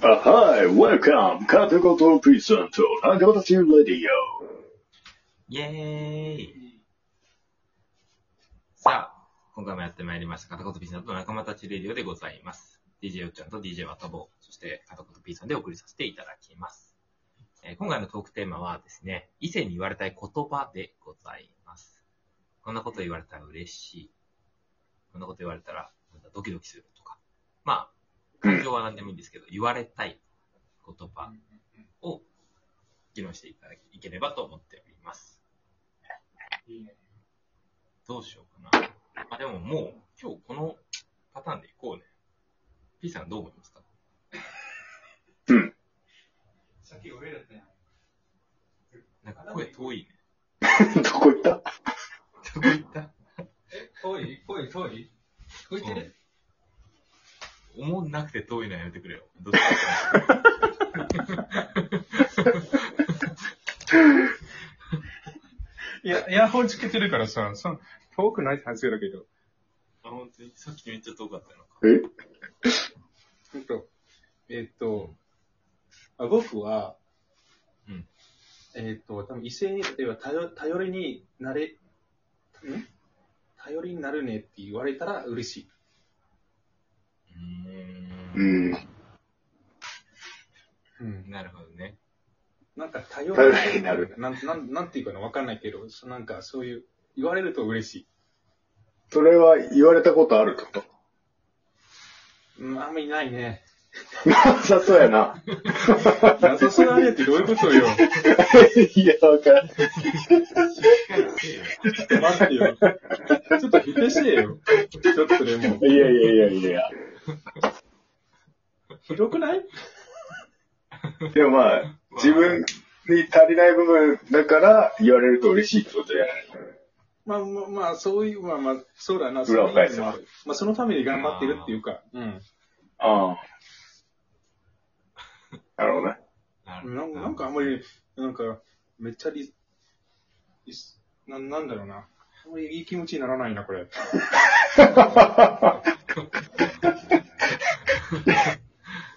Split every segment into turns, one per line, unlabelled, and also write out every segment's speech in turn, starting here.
あはい、welcome! カテゴトープリゼント、なんか私レディオ。
イエーイさあ、今回もやってまいりました、片言 P さんと仲間たちレディオでございます。DJ よっちゃんと DJ ワタボそして片言 P さんでお送りさせていただきます、えー今回のトークテーマはですね、異性に言われたい言葉でございます。こんなこと言われたら嬉しい。こんなこと言われたらなんだドキドキするとか。まあ、
うん
感情は何でもいいんですけど、言われたい言葉を議論していただけいければと思っております。どうしようかな。あ、でももう、今日このパターンでいこうね。P さんどう思いますか
さっき俺だったやん。
なんか声遠いね。
どこ行った
どこ行った
え、遠い遠い遠い聞こえてる、
思んなくて遠いのはやめてくれよ。どっちか
いや、イヤホンつけてるからさ、その遠くないはずだけど、
あ、本当にさっきめっちゃ遠かったのか。
え
ほんと、えっ、と、あ僕は、
うん
えっ、と、多分異性に、例えば頼頼りになれ、ん頼りになるねって言われたら嬉しい。
う
うん。
うん
ん。。なるほどね。
なんか頼
頼りになる。
なん、なん、なんていうかな、わかんないけど、そなんかそういう、言われると嬉し
それは言われたことあるってこ
い。うん、あんまりない ね。
と なさそうやな。
なさそうだねってどういうことよ。
いや、わかる。
待ってよ。ちょっと否定してよ。ちょっとでも。
いやいやいやいやいや。
ひどくない
でもまあ、自分に足りない部分だから言われると嬉しいってことや。
まあまあ、まあ、そういう、まあまあ、そうだな、
裏を返せば
そういうのもあるまあ、そのために頑張ってるっていうか、うん。
ああ。なるほど ね。
な
なんなんかあんまり、なんか、めっちゃり、いすなんなんだろうな。あんまりいい気持ちにならないな、これ。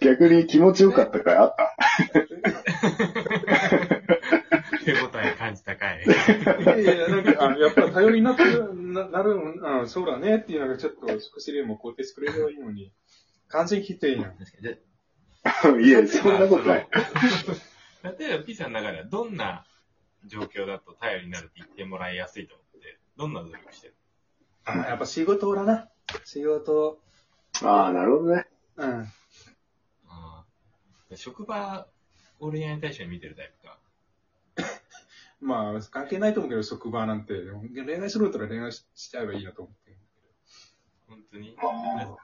逆に気持ちよかったからあった
手応え感じたかい。
いやいや、なんか、あのやっぱり頼りになってる、ななるうん、そうだねっていうのがちょっと少しでも肯定してくれればいいのに。完全否定やん。
確かにで
いや、そんなことない。
例えば P さんの中ではどんな状況だと頼りになるって言ってもらいやすいと思って、どんな努力してる
あやっぱ仕事だな。仕事、
ああ、なるほどね。
うん。
あー職場を恋愛対象に見てるタイプか。
まあ、関係ないと思うけど、職場なんて。恋愛するんだったら恋愛ししちゃえばいいなと思って。
本当に。
あ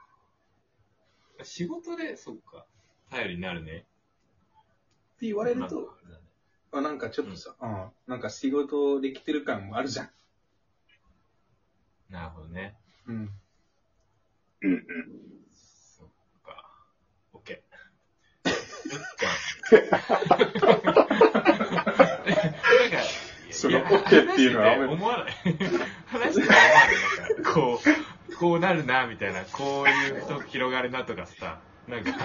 仕事で、そっか、頼りになるね。
って言われる
なん
と
か、あれだね
あなんかちょっとさ、うん、なんか仕事できてる感もあるじゃん。
なるほどね。
うん。
うんうん。
そっか。オッケ ー。よっ
そ
ちゃ
の
ん。なんか、
オッケーっていうのは
話してて思わない。話してて思わない。なんか、こう、こうなるな、みたいな、こういうと広がるなとかさ、なんか、考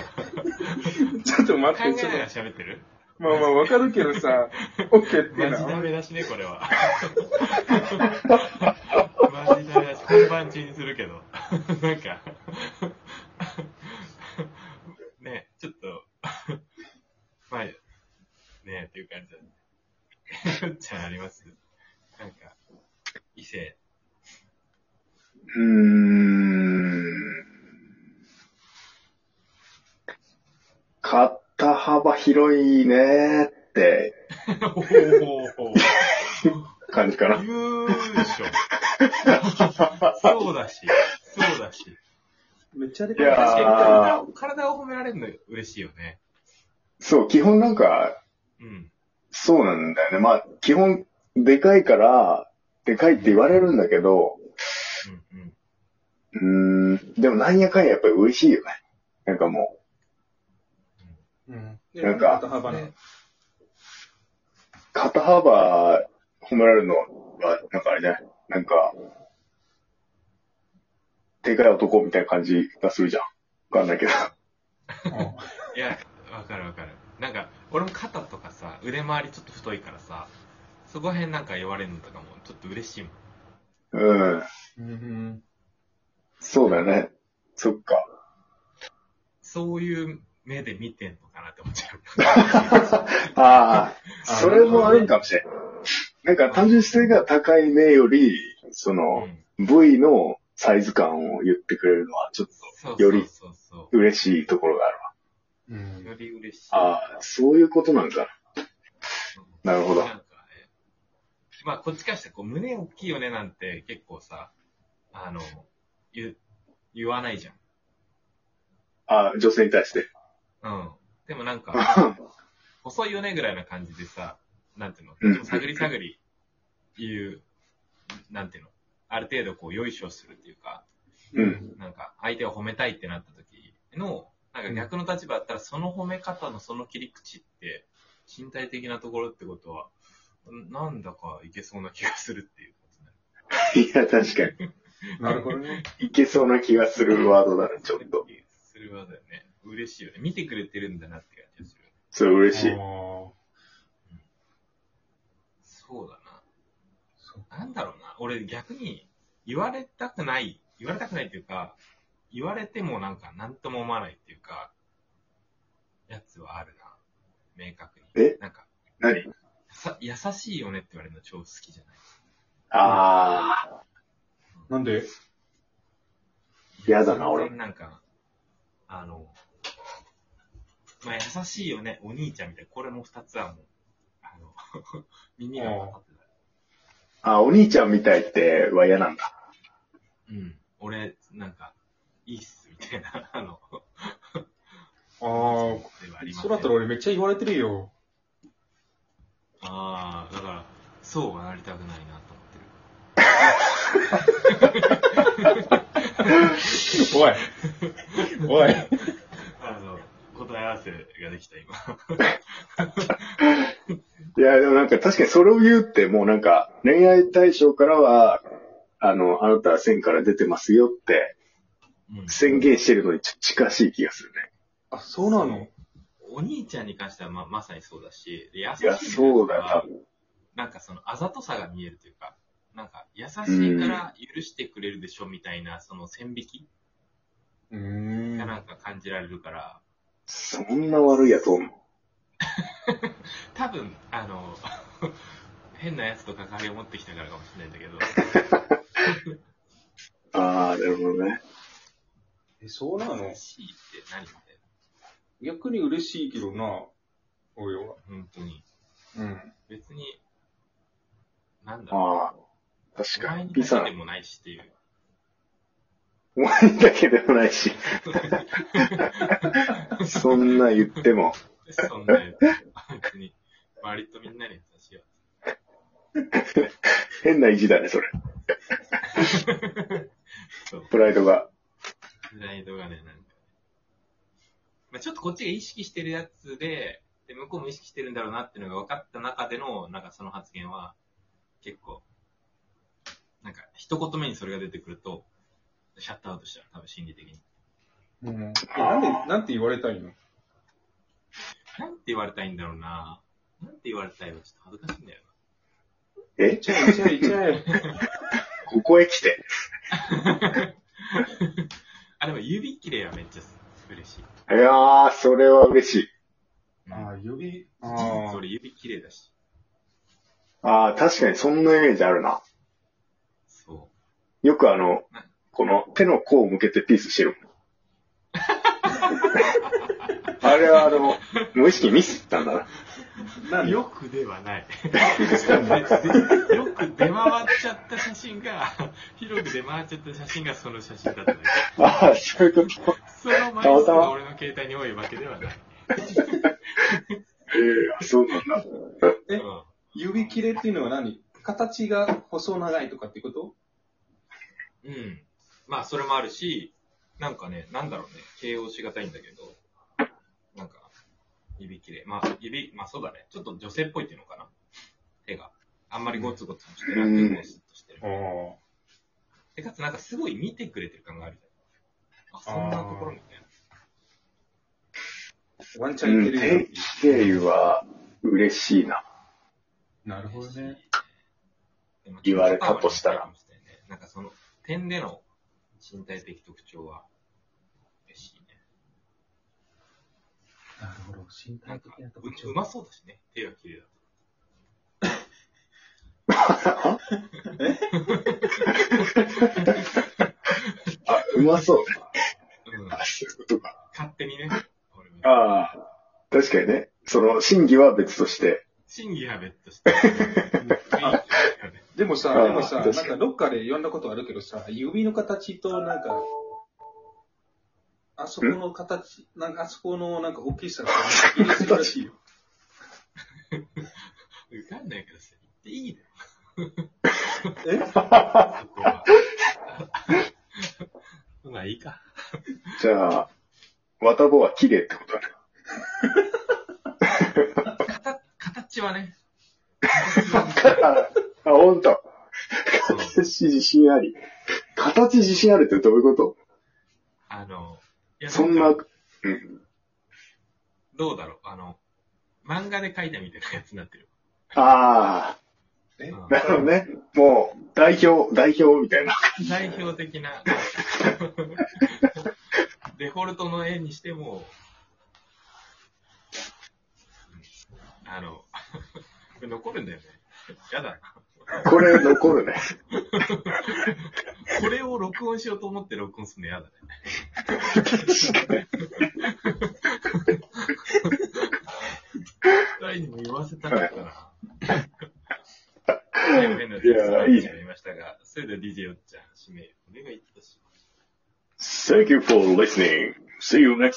ちょっと待
え
って、ちょ
な
っ
がら
と、
喋ってる
まあまあわかるけどさ、オッケーっていう
マジ
の
ダ
は、
メだしね、こ れは。マジダメだし、本番中にするけど。なんか、ね、ちょっと、まあ、ね、っていう感じだね。よっちゃんありますなんか、異性。
うーん。肩幅広いねーって
おー、
感じかな。
言うでしょ。そうだし、そうだし。
めっちゃで
いやー
確かに体を、体を褒められるの嬉しいよね。
そう、基本なんか、
うん。
そうなんだよね。まあ、基本、でかいから、でかいって言われるんだけど、
うんうん。
うーん、でもなんやかんややっぱり嬉しいよね。なんかも
うん。
なんか
肩幅ね。
う、肩幅褒められるのは、なんかあれじゃないなんか、でかい男みたいな感じがするじゃん。わかんないけど。
うん
いや、わかるわかる。なんか、俺も肩とかさ、腕周りちょっと太いからさ、そこら辺なんか言われるのとかも、ちょっと嬉しいもん。
うん。
うん。
そうだね。そっか。
そういう目で見てんのかなって思っちゃ。
ああ、それもあるかもしれん。なんか単純性が高い目より、そうの
う、ん
部位のサイズ感を言ってくれるのはちょっ
そう
より
そうそう
と嬉しいところがあるわ。
う
そう。よ
ん。
り嬉しい。
ああ、そういうことなんかなるほど
なんかねまあ、こっちからして、こう、胸大きいよねなんて結構さ、あの、言、言わないじゃん。
な。ああ、女性に対して。
うん。でもなんか、
あ
細いよねぐらいな感じでさ、なんていう
うん
の、探り探り言う、なんていうの、ある程度こう、よいしょするっていうか、
うん。
なんか、相手を褒めたいってなった時の、なんか逆の立場だったら、その褒め方のその切り口って、身体的なところってことは、なんだかいけそうな気がするっていうことね。
いや、確か
なるほどね。
に。いけそうな気がするワードだね、ちょっと。。
するわだよね。嬉しいよね。見てくれてるんだなって感じがする。
それ嬉しい。
あ
そうだな。
そ
なんだろうな。俺逆に言われたくない、言われたくないっていうか、言われてもなんか何とも思わないっていうか、やつはあるな。明確に。
え
なんか、
何
さ優しいよねって言われるの超好きじゃない。
ああ、
ーなんで
嫌だな、俺
全然なんか、あの、まあ、優しいよね、お兄ちゃんみたいな。これも二つはもう、あの、 耳が当たってた。
あお兄ちゃんみたいっては嫌なんだ。
うん。俺、なんか、いいっす、みたいな、あの、あ
ああ、そうだったら俺めっちゃ言われてるよ。
ああ、だから、そうはなりたくないなと思ってる。
おい。おい。
あの、答え合わせができた今。
いや、でもなんか確かにそれを言うって、もうなんか恋愛対象からは、あの、あなたは線から出てますよって
うん
宣言してるのにちょっと近しい気がするね。
あ、そうなの
お兄ちゃんに関してはままさにそうだし、で優し
いや、
い
そうだよ、多分。
なんかそのあざとさが見えるというか、なんか優しいから許してくれるでしょみたいな、その線引き
うーん。
がな
あ
んか感じられるから、
そんな悪いやと思う。
多分、あの、 変なやつと関わりを持ってきたからかもしれないんだけど、
ああ、なるほどね。
えそうなの
優しいって何って、
逆に嬉しいけどな、俺は。
本当に。
うん。
別に、なんだろう。
ああ、確
お
か
前
に。
に
ピ
だ
さ
けで
ん、
もないしっていう。
お前だけでもないし、そんな言っても。
そんなやつ、別に、割とみんなに優しいよ。
変な意地だね、それ。
そう。
プライドが。
プライドがね、なんか、まあ、ちょっとこっちが意識してるやつで、で、向こうも意識してるんだろうなっていうのが分かった中での、なんかその発言は、結構、なんか、一言目にそれが出てくると、シャットアウトしちゃう、多分心理的に。
うん、えなんで、なんて言われたいの
なんて言われたいんだろうななんて言われたいのちょっと恥ずかしいんだよ
え
ちゃいちゃいちゃい。
ここへ来て。
な。あ、でも指切れはめっちゃ嬉しい。
いやー、それは嬉しい。
ああ、呼び、
事実
あ
俺指綺麗だし。
ああ、確かにそんなイメージあるな。
そ
よくあの、この手の甲を向けてピースしてる もん。あれはあの、無意識にミスったんだな。
あ、
う。
何
よくではない。よく出回っちゃった写真が、広く出回っちゃった写真がその写真だっただけ。
ああ、そういうこと。
その枚数が俺の携帯に多いわけではない。
ええそうなんだ。
え
うん
指切れっていうのは何形が細長いとかってこと
うん。まあ、それもあるし、なんかね、なんだろうね、形容しがたいんだけど、なんか、指切れ。まあ、指、まあそうだね。ちょっと女性っぽいっていうのかな。手が。あんまりゴツゴツもしてなくて、ゴツっとしてる。
あ
で、かつなんかすごい見てくれてる感があるじゃん。あ、そんなところみたいな。
ワンチャン
う
いけ
ん、
るよっ
定
てい
期経由は嬉しいな。
う。なるほどね。。
言われたとしたら。
なんかその点での身体的特徴は嬉しいね。
なるほど。身
なん
体
か
的なと
う
こ
うまそうだしね。手が綺麗だと。
あ、うまそう。
うん。
あ、そういうことか。
勝手にね。俺も
ああ、確かにね。その、審議は別として。
審議は別 として。
でもさ、
あー
でもさ、なん
確かに
かどっかで読んだことあるけどさ、指の形となんか、あそこの形、なんかあそこのなんか大 きさが気にするらしいよ。
わかんないけどさ、言っていいの
え
そこ は。まあいいか。
じゃあ、わたぼは綺麗ってことだね。
形形はね。
あ、ほんと。
そう
形自信あり。形自信あるってどういうこ
あの、
と
いや
そんな、
な
うん
か
ん。
どうだろう。あの、漫画で描いたみたいなやつになってる。
あ
え
うん
あ、なるほどね。もう、代表、代表みたいな。
代表的 な、デフォルトの絵にしても、あの、 これ残るんだよね。やだな。
これ残 るね。
これを録音しようと思って録音するのやだね。二人にも言わせたかったな。
いやいいね
やりましたが、それでは DJ よっちゃん、指名お願いいたします。
Thank you for listening. See you next